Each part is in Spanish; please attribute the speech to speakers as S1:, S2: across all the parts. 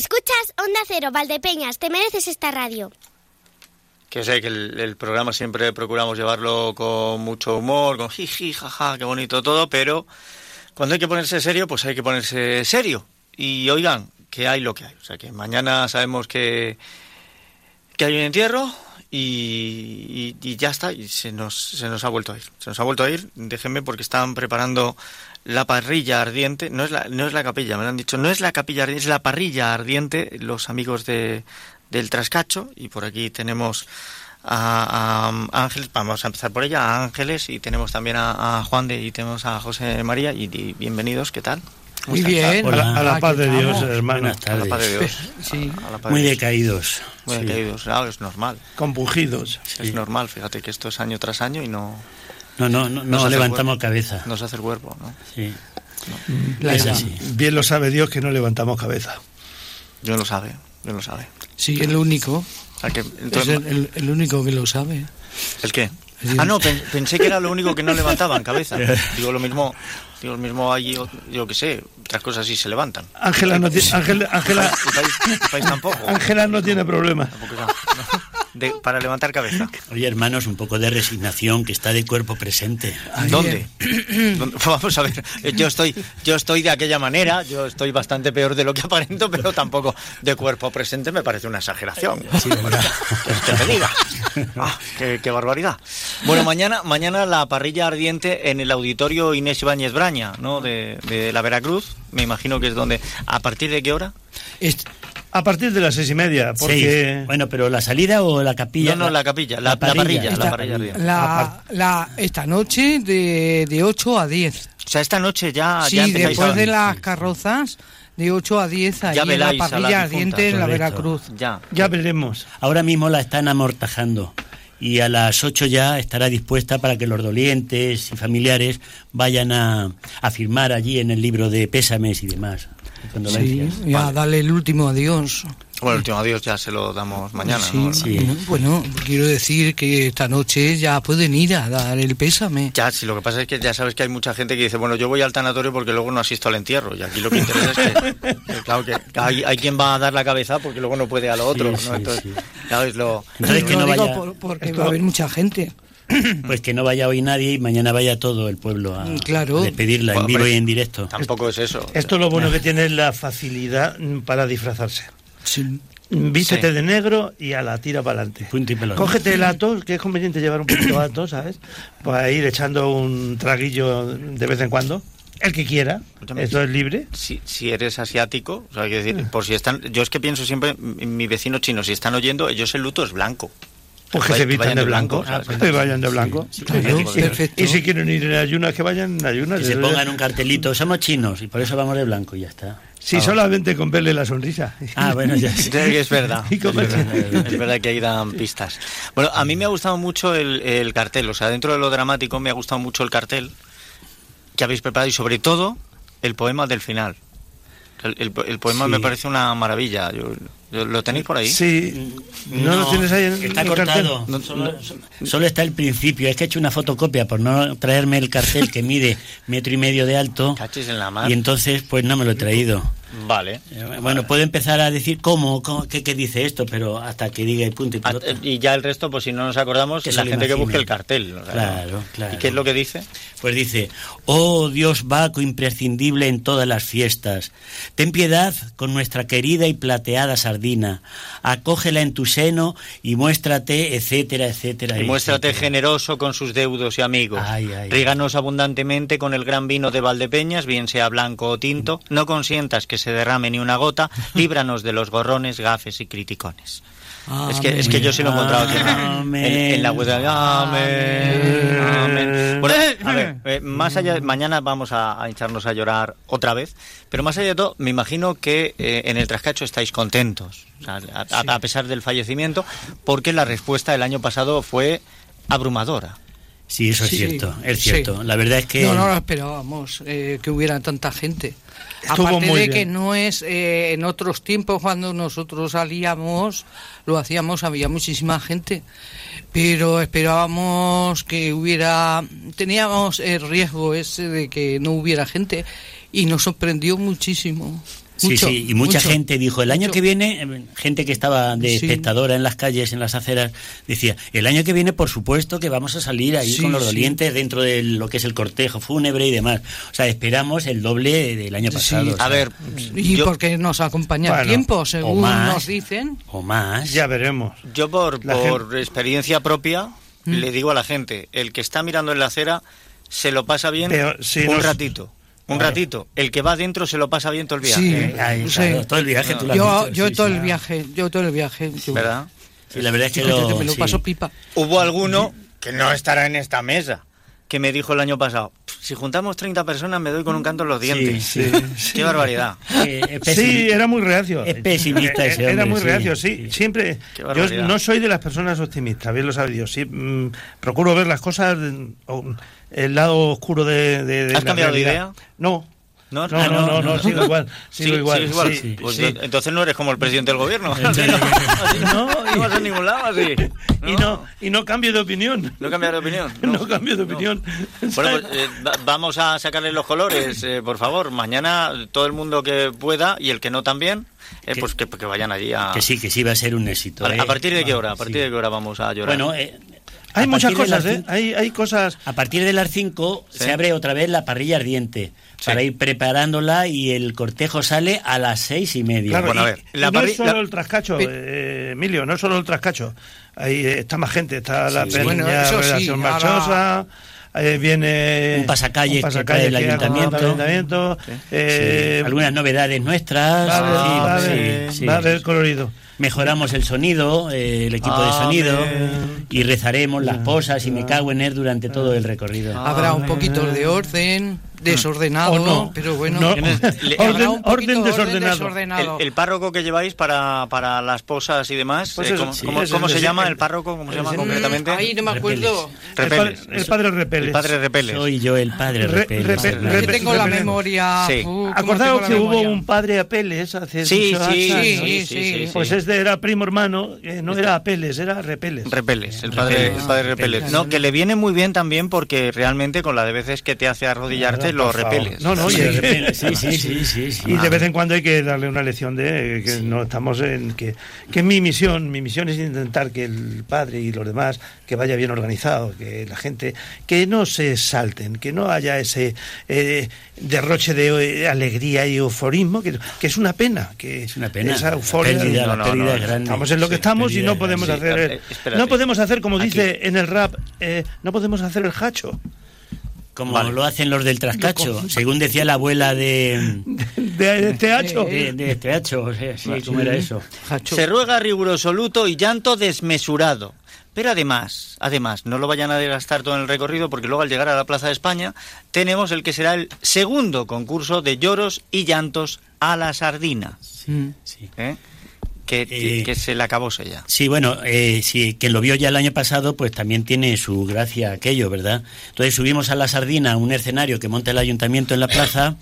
S1: Escuchas Onda Cero, Valdepeñas, te mereces esta radio.
S2: Que sé que el, el programa siempre procuramos llevarlo con mucho humor, con jiji, jaja, qué bonito todo, pero cuando hay que ponerse serio, pues hay que ponerse serio. Y oigan, que hay lo que hay. O sea, que mañana sabemos que, que hay un entierro y, y- y ya está. Y se nos, se nos ha vuelto a ir. Se nos ha vuelto a ir. Déjenme porque están preparando la parrilla ardiente. No es la, no es la capilla, me lo han dicho. No es la capilla ardiente, es la parrilla ardiente. Los amigos de, del Trascacho. Y por aquí tenemos a, a Ángeles, vamos a empezar por ella, a Ángeles y tenemos también a, a Juan de y tenemos a José María y, y bienvenidos, ¿qué tal?
S3: Muy
S2: ¿Cómo estáis?
S3: bien. Ah,
S4: A la, a la
S3: Aquí
S4: paz de Dios,
S3: estamos.
S4: hermano.
S5: Ah, Buenas
S2: A
S5: tardes.
S2: la paz de Dios.
S3: Sí.
S2: A la paz de
S5: Muy
S2: Dios.
S5: decaídos.
S2: Muy
S5: sí.
S2: decaídos, claro, es normal.
S4: Compungidos.
S2: Es normal, fíjate que esto es año tras año y no,
S5: No, no, no, no
S2: hace
S5: levantamos
S2: cuerpo.
S5: cabeza.
S2: no se hace el cuerpo, ¿no?
S5: Sí.
S3: La
S5: es
S3: edad.
S5: así.
S4: Bien lo sabe Dios que no levantamos cabeza.
S2: Dios lo sabe, Dios lo sabe.
S3: Sí, el único.
S2: O sea que,
S3: Es
S2: entonces,
S3: el, el- el único que lo sabe.
S2: ¿El qué?
S3: Sí.
S2: Ah, no, pen- pensé que era lo único que no levantaban cabeza. Digo lo mismo, digo lo mismo allí, o- yo que sé, otras cosas sí se levantan.
S4: Ángela no, ti- Ángel- Ángela,
S2: El país, el país tampoco.
S4: Ángela no tiene problema.
S2: Tampoco es nada. De- para levantar cabeza.
S5: Oye, hermanos, un poco de resignación que está de cuerpo presente.
S2: ¿Dónde? ¿Dónde? Vamos a ver, yo estoy, yo estoy de aquella manera, yo estoy bastante peor de lo que aparento, pero tampoco de cuerpo presente me parece una exageración. Que te diga. Ah, qué, qué barbaridad. Bueno, mañana, mañana la parrilla ardiente en el auditorio Inés Ibáñez Braña, ¿no? De, de la Veracruz, me imagino que es donde. ¿A partir de qué hora?
S3: Es-
S4: A partir de las seis y media, porque...
S5: Sí. Bueno, pero la salida o la capilla.
S2: No, no, la capilla, la- la parrilla, la parrilla ardiente.
S4: Ah,
S3: la- la- esta noche de, de 8 a 10.
S2: O sea, esta noche ya,
S3: Sí,
S2: Ah, ya empezáis
S3: después
S2: a-
S3: de las carrozas, de 8 a 10 ahí
S2: Ya
S3: en la
S2: veláis a las
S3: parrilla
S2: difuntas,
S3: ardiente en la
S5: correcto.
S3: Veracruz.
S2: Ya.
S4: Ya veremos.
S5: Ahora mismo la están amortajando y a las 8 ya estará dispuesta para que los dolientes y familiares vayan a, a firmar allí en el libro de pésames y demás.
S3: Sí,
S5: Condolencias.
S3: ya
S2: Vale.
S3: dale el último adiós.
S2: Bueno, el último adiós ya se lo damos mañana.
S3: Sí,
S2: ¿no?
S5: Sí.
S3: no, Bueno, quiero decir que esta noche ya pueden ir a dar el pésame.
S2: Ya, si lo que pasa es que ya sabes que hay mucha gente que dice, bueno, yo voy al tanatorio porque luego no asisto al entierro. Y aquí lo que interesa es que, que claro, que hay, hay quien va a dar la cabeza porque luego no puede a lo otro.
S5: Sí,
S2: ¿no?
S5: sí,
S2: Entonces,
S5: sí.
S2: claro, es lo...
S5: Entonces que
S3: Lo
S5: no
S3: digo
S5: vaya,
S3: por- porque va a haber mucha gente.
S5: pues que no vaya hoy nadie y mañana vaya todo el pueblo a
S3: Claro.
S5: despedirla en
S2: Hombre,
S5: vivo y en directo.
S2: pues, Tampoco es eso.
S4: Esto es lo bueno que tiene es la facilidad mm, para disfrazarse.
S3: Sí.
S4: Mm, Vístete
S2: Sí.
S4: de negro y a la tira para adelante.
S5: Punto y pelota.
S4: Cógete el ato, que es conveniente llevar un poquito de ato, ¿sabes? Para ir echando un traguillo de vez en cuando. El que quiera.
S2: Escúchame.
S4: Esto es libre.
S2: Si, si eres asiático, o sea, hay que
S4: Mm.
S2: decir, por si están... Yo es que pienso siempre, m- mi vecino chino, si están oyendo, ellos el luto es blanco.
S4: Pues que
S2: Vay-
S4: se vistan
S2: vayan de
S4: de blanco.
S2: blanco, ¿sabes?
S4: Que vayan de blanco.
S3: Claro,
S2: sí, sí.
S3: perfecto.
S4: Y si quieren ir en ayunas, que vayan en ayunas.
S5: Que se pongan un cartelito, somos chinos y por eso vamos de blanco y ya está.
S2: Ah.
S4: Si solamente con verle la sonrisa.
S5: Ah, bueno, ya
S2: Sí,
S5: sí.
S2: Es verdad,
S4: Y
S2: es
S4: comerse.
S2: verdad, es verdad que ahí dan pistas. Bueno, a mí me ha gustado mucho el, el cartel, o sea, dentro de lo dramático me ha gustado mucho el cartel que habéis preparado y sobre todo el poema del final. El, el- el poema
S5: Sí.
S2: me parece una maravilla. Yo- yo- ¿Lo tenéis por ahí?
S4: Sí. No, lo tienes ahí en
S5: que está
S4: en el cartel?
S5: cortado. solo, solo está el principio. Es que he hecho una fotocopia por no traerme el cartel que mide metro y medio de alto.
S2: Cachis en la mar.
S5: Y entonces, pues no me lo he traído.
S2: Vale.
S5: Eh, Bueno, puedo empezar a decir cómo, cómo- qué, qué dice esto, pero hasta que diga el punto y
S2: Ah,
S5: pelota.
S2: eh, Y ya el resto, pues si no nos acordamos,
S5: Que se
S2: la
S5: lo
S2: gente que
S5: imagine.
S2: busque el cartel. o sea,
S5: Claro, claro.
S2: ¿Y qué es lo que dice?
S5: Pues dice, oh Dios vaco imprescindible en todas las fiestas, ten piedad con nuestra querida y plateada sardina, acógela en tu seno y muéstrate, etcétera, etcétera.
S2: Y muéstrate
S5: etcétera".
S2: generoso con sus deudos y amigos.
S5: Ay, ay,
S2: Ríganos abundantemente con el gran vino de Valdepeñas, bien sea blanco o tinto. No consientas que se derrame ni una gota. Líbranos de los gorrones, gafes y criticones.
S3: Ah,
S2: Es que, es que yo sí lo he encontrado aquí en la- en, en la web. de- Amén. Amén. Bueno, a ver, eh, más allá, mañana vamos a, a hincharnos a llorar otra vez, pero más allá de todo, me imagino que eh, en el trascacho estáis contentos, o sea, a, a- a pesar del fallecimiento, porque la respuesta del año pasado fue abrumadora.
S5: Sí, eso es
S3: Sí,
S5: cierto, es
S3: sí.
S5: cierto. La verdad es que...
S3: No, no lo esperábamos, eh, que hubiera tanta gente.
S4: Estuvo
S3: Aparte
S4: muy
S3: de
S4: bien.
S3: que no es eh, en otros tiempos cuando nosotros salíamos, lo hacíamos, había muchísima gente, pero esperábamos que hubiera, teníamos el riesgo ese de que no hubiera gente y nos sorprendió muchísimo.
S5: Sí,
S3: Mucho,
S5: sí, y mucha
S3: mucho.
S5: gente dijo, el año
S3: Mucho.
S5: que viene, eh, gente que estaba de
S3: Sí.
S5: espectadora en las calles, en las aceras, decía, el año que viene, por supuesto, que vamos a salir ahí
S3: Sí,
S5: con los
S3: sí.
S5: dolientes dentro de lo que es el cortejo fúnebre y demás. O sea, esperamos el doble del año
S3: Sí.
S5: pasado. o sea,
S2: A ver,
S3: Y
S2: yo,
S3: porque nos acompaña el
S4: Bueno,
S3: tiempo, según
S5: más.
S3: nos dicen.
S5: O más.
S4: Ya veremos.
S2: yo por,
S4: La Mm.
S2: por experiencia propia le digo a la gente, el que está mirando en la acera se lo pasa bien
S4: Pero si
S2: un
S4: nos-
S2: ratito. Un
S4: Claro.
S2: ratito. El que va adentro se lo pasa bien todo el viaje.
S3: Sí.
S5: Eh, ahí,
S3: Sí.
S5: claro, todo el viaje tú lo has
S3: Yo,
S5: dicho,
S3: yo
S5: sí,
S3: todo
S5: sí.
S3: el viaje, yo todo el viaje. yo-
S2: ¿Verdad?
S5: Sí, la verdad es que
S3: Chico, yo
S5: lo-
S3: te me lo
S5: sí.
S3: paso pipa.
S2: Hubo alguno que no estará en esta mesa, que me dijo el año pasado, si juntamos 30 personas me doy con un canto en los dientes.
S5: Sí,
S2: Qué barbaridad.
S5: Eh, es
S4: Sí,
S5: pesi-
S4: era muy reacio.
S5: Es pesimista
S4: Eh,
S5: ese
S4: Era
S5: hombre,
S4: muy
S5: sí,
S4: reacio, sí.
S5: sí.
S4: Siempre.
S2: Qué
S4: Yo
S2: barbaridad.
S4: no soy de las personas optimistas, bien lo sabe Dios. Sí, mm, procuro ver las cosas mm, o- el lado oscuro de. de- de
S2: ¿Has
S4: la
S2: cambiado de
S4: realidad.
S2: idea?
S4: No.
S2: No,
S4: no,
S2: ah,
S4: no, no, no, sigo igual, sigo
S2: Sí,
S4: igual,
S2: sí,
S4: sí,
S2: Pues
S4: sí.
S2: no- Entonces no eres como el presidente del gobierno. Así no, así no, no vas a ningún lado así.
S4: Y no, y no cambio de opinión.
S2: No cambiar de opinión.
S4: No, cambio de
S2: no.
S4: opinión.
S2: Bueno, pues eh, va- vamos a sacarle los colores, eh, por favor. Mañana todo el mundo que pueda y el que no también, eh,
S5: Que-
S2: pues que, que vayan allí a...
S5: Que sí, que sí va a ser un éxito.
S2: ¿A,
S5: eh.
S2: a partir de qué
S5: Vamos,
S2: hora? ¿A
S5: sí.
S2: partir de qué hora vamos a llorar?
S5: Bueno, eh,
S4: hay
S5: a
S4: muchas
S5: partir de las
S4: cosas, ¿eh?
S5: cin-
S4: Hay, hay cosas.
S5: A partir de las 5
S2: Sí.
S5: se abre otra vez la parrilla ardiente para ir preparándola y el cortejo sale a las seis y media.
S4: Claro,
S2: Bueno, a
S4: y-
S2: ver,
S4: y
S2: la
S4: no
S2: parri-
S4: es solo
S2: la-
S4: el trascacho,
S3: Pe-
S4: eh, Emilio, no es solo el trascacho. Ahí eh, está más gente, está la
S5: Sí,
S4: peña
S3: bueno, eso sí,
S4: Relación
S3: ahora-
S4: Marchosa, eh, viene...
S5: Un pasacalles que trae el
S4: que ha
S5: ayuntamiento.
S4: comprado el ayuntamiento, eh,
S5: Algunas novedades nuestras.
S4: va a haber-
S5: sí,
S4: va a
S5: sí,
S4: haber-
S5: sí.
S4: va a haber colorido.
S5: Mejoramos el sonido, eh, el equipo de sonido
S2: Amén.
S5: y rezaremos las posas y me cago en él durante todo el recorrido.
S3: Habrá un poquito de orden, desordenado,
S4: Ah, eh. O no.
S3: pero Ah, bueno.
S4: No,
S2: Tienes- le-
S3: habrá
S4: orden,
S3: un poquito
S4: orden
S3: de
S4: desordenado.
S2: el,
S3: desordenado.
S2: el párroco que lleváis para, para las posas y demás,
S4: Pues
S2: eh,
S4: eso,
S2: ¿cómo,
S4: sí,
S2: cómo-
S4: ese,
S2: cómo
S4: ese,
S2: se llama
S4: el-
S2: el párroco? ¿Cómo se llama
S4: ese.
S2: concretamente?
S3: Mm, Ahí no me acuerdo.
S4: El, pa-
S2: Repeles.
S4: el padre Repeles.
S2: El padre Repeles.
S5: Soy yo el padre.
S4: Re-
S5: Repeles,
S4: repe-
S5: hermano.
S3: Es que
S4: repe-
S3: tengo la
S4: repetimos.
S3: memoria.
S2: Sí.
S3: uh, cómo
S4: Acordaos
S3: tengo
S4: que
S3: la
S4: hubo
S3: memoria.
S4: un padre Apeles hace
S2: Sí,
S4: muchos
S2: sí,
S3: sí,
S4: años.
S2: sí, sí,
S3: sí,
S2: sí, sí.
S4: Pues este era primo hermano, eh,
S5: Este-
S4: no era Apeles, era Repeles.
S2: Repeles, el padre, el padre Repeles. No, que le viene muy bien también porque realmente con la de veces que te hace arrodillarte
S4: Nada,
S2: lo
S4: por favor.
S2: repeles.
S4: No, no,
S5: Sí,
S4: y hay-
S5: Repeles, sí, sí, sí, sí, sí.
S4: Y de vez en cuando hay que darle una lección de eh, que no estamos en que, que mi misión, mi misión es intentar que el padre y los demás que vaya bien organizado, que la gente que no se salten, que no haya ese eh, derroche de eh, alegría y euforismo que, que es una pena, que
S5: Es una pena.
S4: esa
S5: La
S4: euforia
S5: pérdida,
S2: No,
S5: la
S2: no,
S5: pérdida
S2: no,
S5: es grande.
S4: Estamos en lo que
S5: Sí,
S4: estamos y
S5: pérdida
S4: no
S5: es
S4: podemos
S5: grande.
S4: hacer
S2: eh,
S4: el,
S2: espérate.
S4: no podemos hacer como
S2: Aquí.
S4: dice en el rap eh, no podemos hacer el hacho
S5: Como
S2: Vale.
S5: lo hacen los del trascacho, según decía la abuela de,
S4: de este hacho
S5: de, de este hacho, o sea, sí, ¿cómo era eso?
S3: Hacho.
S2: Se ruega riguroso luto y llanto desmesurado. Pero además, además, no lo vayan a desgastar todo en el recorrido porque luego al llegar a la Plaza de España tenemos el que será el segundo concurso de lloros y llantos a la sardina.
S3: Mm.
S5: Sí.
S2: ¿eh? Que,
S5: Eh,
S2: que se le acabó ya.
S5: Sí, bueno, eh, sí, quien lo vio ya el año pasado, pues también tiene su gracia aquello, ¿verdad? Entonces subimos a la sardina, un escenario que monta el ayuntamiento en la plaza,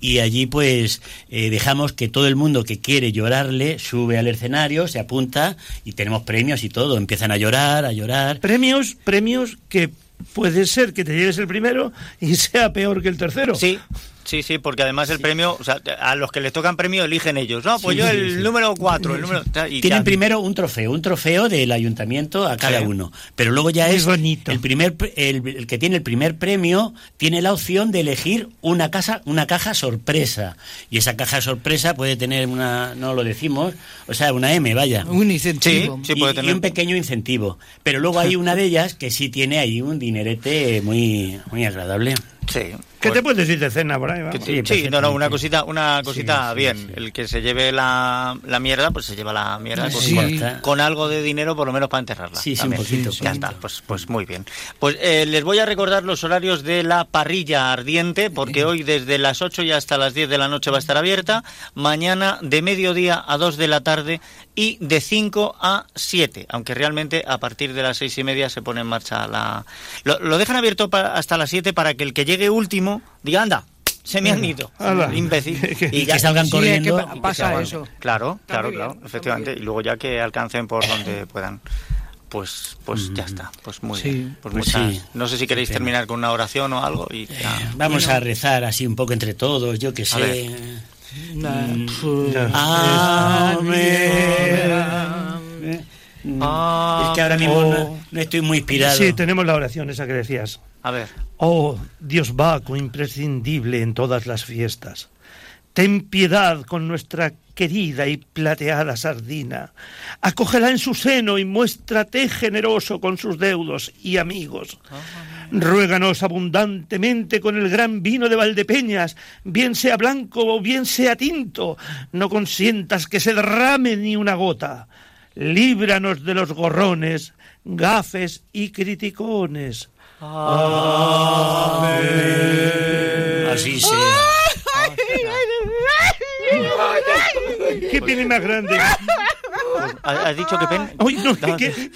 S5: y allí pues eh, dejamos que todo el mundo que quiere llorarle sube al escenario, se apunta, y tenemos premios y todo, empiezan a llorar, a llorar.
S4: premios premios que puede ser que te lleves el primero y sea peor que el tercero
S2: Sí, sí, sí, porque además el premio, o sea, a los que les tocan premio eligen ellos. No, pues
S5: Sí,
S2: yo
S5: sí,
S2: el
S5: sí.
S2: número cuatro, el número... y
S5: Tienen
S2: ya.
S5: primero un trofeo, un trofeo del ayuntamiento a cada
S2: Sí.
S5: uno, pero luego ya
S4: Muy
S5: es
S4: bonito.
S5: el primer pre- el, el que tiene el primer premio tiene la opción de elegir una casa una caja sorpresa y esa caja sorpresa puede tener una no lo decimos, o sea, una M, vaya.
S3: Un incentivo.
S2: Sí,
S5: y,
S2: puede
S5: y
S2: tener.
S5: un pequeño incentivo, pero luego hay una de ellas que sí tiene ahí un dinerete muy muy agradable.
S2: Sí.
S4: que te
S2: Pues-
S4: puedes ir de cena por ahí vamos.
S2: Que
S5: Sí,
S2: te- sí, no, no, una
S5: perfectamente.
S2: cosita, una cosita
S5: Sí, sí,
S2: bien.
S5: sí.
S2: El que se lleve la, la mierda, pues se lleva la mierda con,
S3: Sí.
S2: con- con algo de dinero, por lo menos para enterrarla.
S5: Sí, sí,
S2: también.
S5: un poquito,
S2: Ya
S5: un
S2: está,
S5: poquito.
S2: pues, pues muy bien. Pues eh, les voy a recordar los horarios de la parrilla ardiente, porque hoy desde las 8 y hasta las 10 de la noche va a estar abierta. Mañana de mediodía a 2 de la tarde y de 5 a 7, aunque realmente a partir de las 6 y media se pone en marcha la. Lo, lo dejan abierto pa- hasta las 7 para que el que llegue último diga, anda. Se me han ido.
S4: Ala.
S2: Imbécil.
S5: Y que salgan
S3: Sí,
S5: corriendo.
S3: es que pa- pasa
S5: y que se
S3: eso.
S5: vayan.
S2: Claro,
S3: Está
S2: claro,
S3: muy bien,
S2: claro,
S3: está
S2: efectivamente.
S3: muy
S2: Y luego ya que alcancen por donde puedan. Pues, pues ya está. Pues muy
S3: Sí.
S2: bien. Pues
S5: Pues
S2: muchas-
S5: sí.
S2: No sé si queréis terminar con una oración o algo y ya.
S5: Vamos a rezar así un poco entre todos, yo qué sé.
S2: ver.
S4: Mm.
S2: Ah,
S5: Amén. Es que ahora mismo no, no estoy muy inspirado.
S4: Sí, tenemos la oración esa que decías.
S2: A ver.
S4: Oh, Dios vaco imprescindible en todas las fiestas. Ten piedad con nuestra querida y plateada sardina. Acógela en su seno y muéstrate generoso con sus deudos y amigos. Ruéganos abundantemente con el gran vino de Valdepeñas, bien sea blanco o bien sea tinto. No consientas que se derrame ni una gota. Líbranos de los gorrones, gafes y criticones.
S5: Así sea.
S4: ¿Qué tiene más grande?
S2: ¿Has has dicho que pena?
S4: Ay, Ah, no, ¿qué,
S2: Nada,
S4: qué, qué-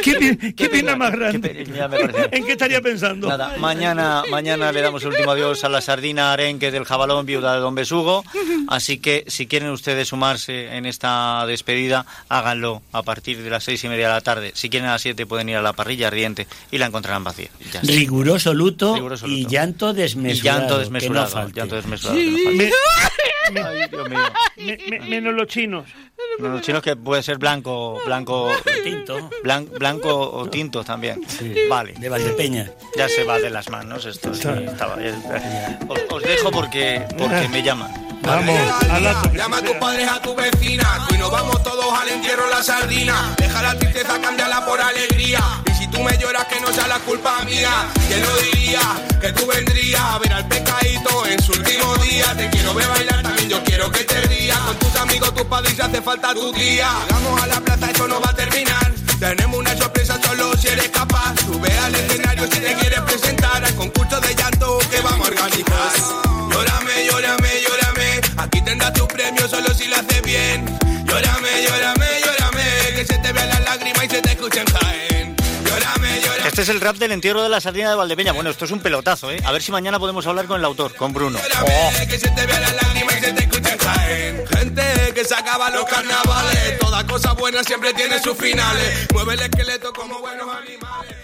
S4: qué- qué- qué pena más
S2: Qué
S4: grande?
S2: pena, ya me parece.
S4: ¿En qué estaría pensando?
S2: Nada, mañana, mañana le damos el último adiós a la sardina arenque del jabalón viuda de Don Besugo. Así que si quieren ustedes sumarse en esta despedida, háganlo a partir de las seis y media de la tarde. Si quieren a las siete pueden ir a la parrilla ardiente y la encontrarán vacía. Ya está.
S5: Riguroso luto,
S2: Riguroso
S5: y
S2: luto.
S5: llanto
S2: Y
S5: desmesurado.
S2: llanto
S5: que no
S2: desmesurado.
S5: falte.
S2: llanto desmesurado, que no falte.
S4: Me-
S2: Ay, Dios mío.
S4: me- me- menos los chinos.
S2: No, los chinos que puede ser blanco, blanco,
S5: Tinto.
S2: blan- blanco o tinto también. Vale.
S5: De Valdepeña.
S2: Ya se va de las manos esto. sí,
S4: Claro.
S2: estaba- os, os dejo porque, porque me llaman.
S4: Vamos, al lado.
S6: Llama a tus padres, a tu vecina. Hoy nos vamos todos al entierro la sardina. Deja la tristeza, cámbiala por alegría. Y si tú me lloras, que no sea la culpa mía. ¿Quién lo diría? Que tú vendrías a ver al pecadito en su último día. Te quiero ver bailar, también yo quiero que te rías. Con tus amigos, tus padres, si hace falta tu guía. Vamos a la plaza, esto no va a terminar. Tenemos una sorpresa solo si eres capaz. Sube al escenario si te quieres presentar al concurso de llanto que vamos a organizar. Llórame, llórame, llórame. Aquí tendrás tu premio solo si lo haces bien. Llórame, llórame, llórame. Que se te vean las lágrimas y se te escuchen jaén. Llórame, llórame.
S2: Este es el rap del entierro de la sardina de Valdepeña. Bueno, esto es un pelotazo, ¿eh? A ver si mañana podemos hablar con el autor, con Bruno.
S6: Llórame, Que se te vean las lágrimas y se te escuchen jaén. Gente que se acaba los carnavales. Toda cosa buena siempre tiene sus finales. Mueve el esqueleto como buenos animales.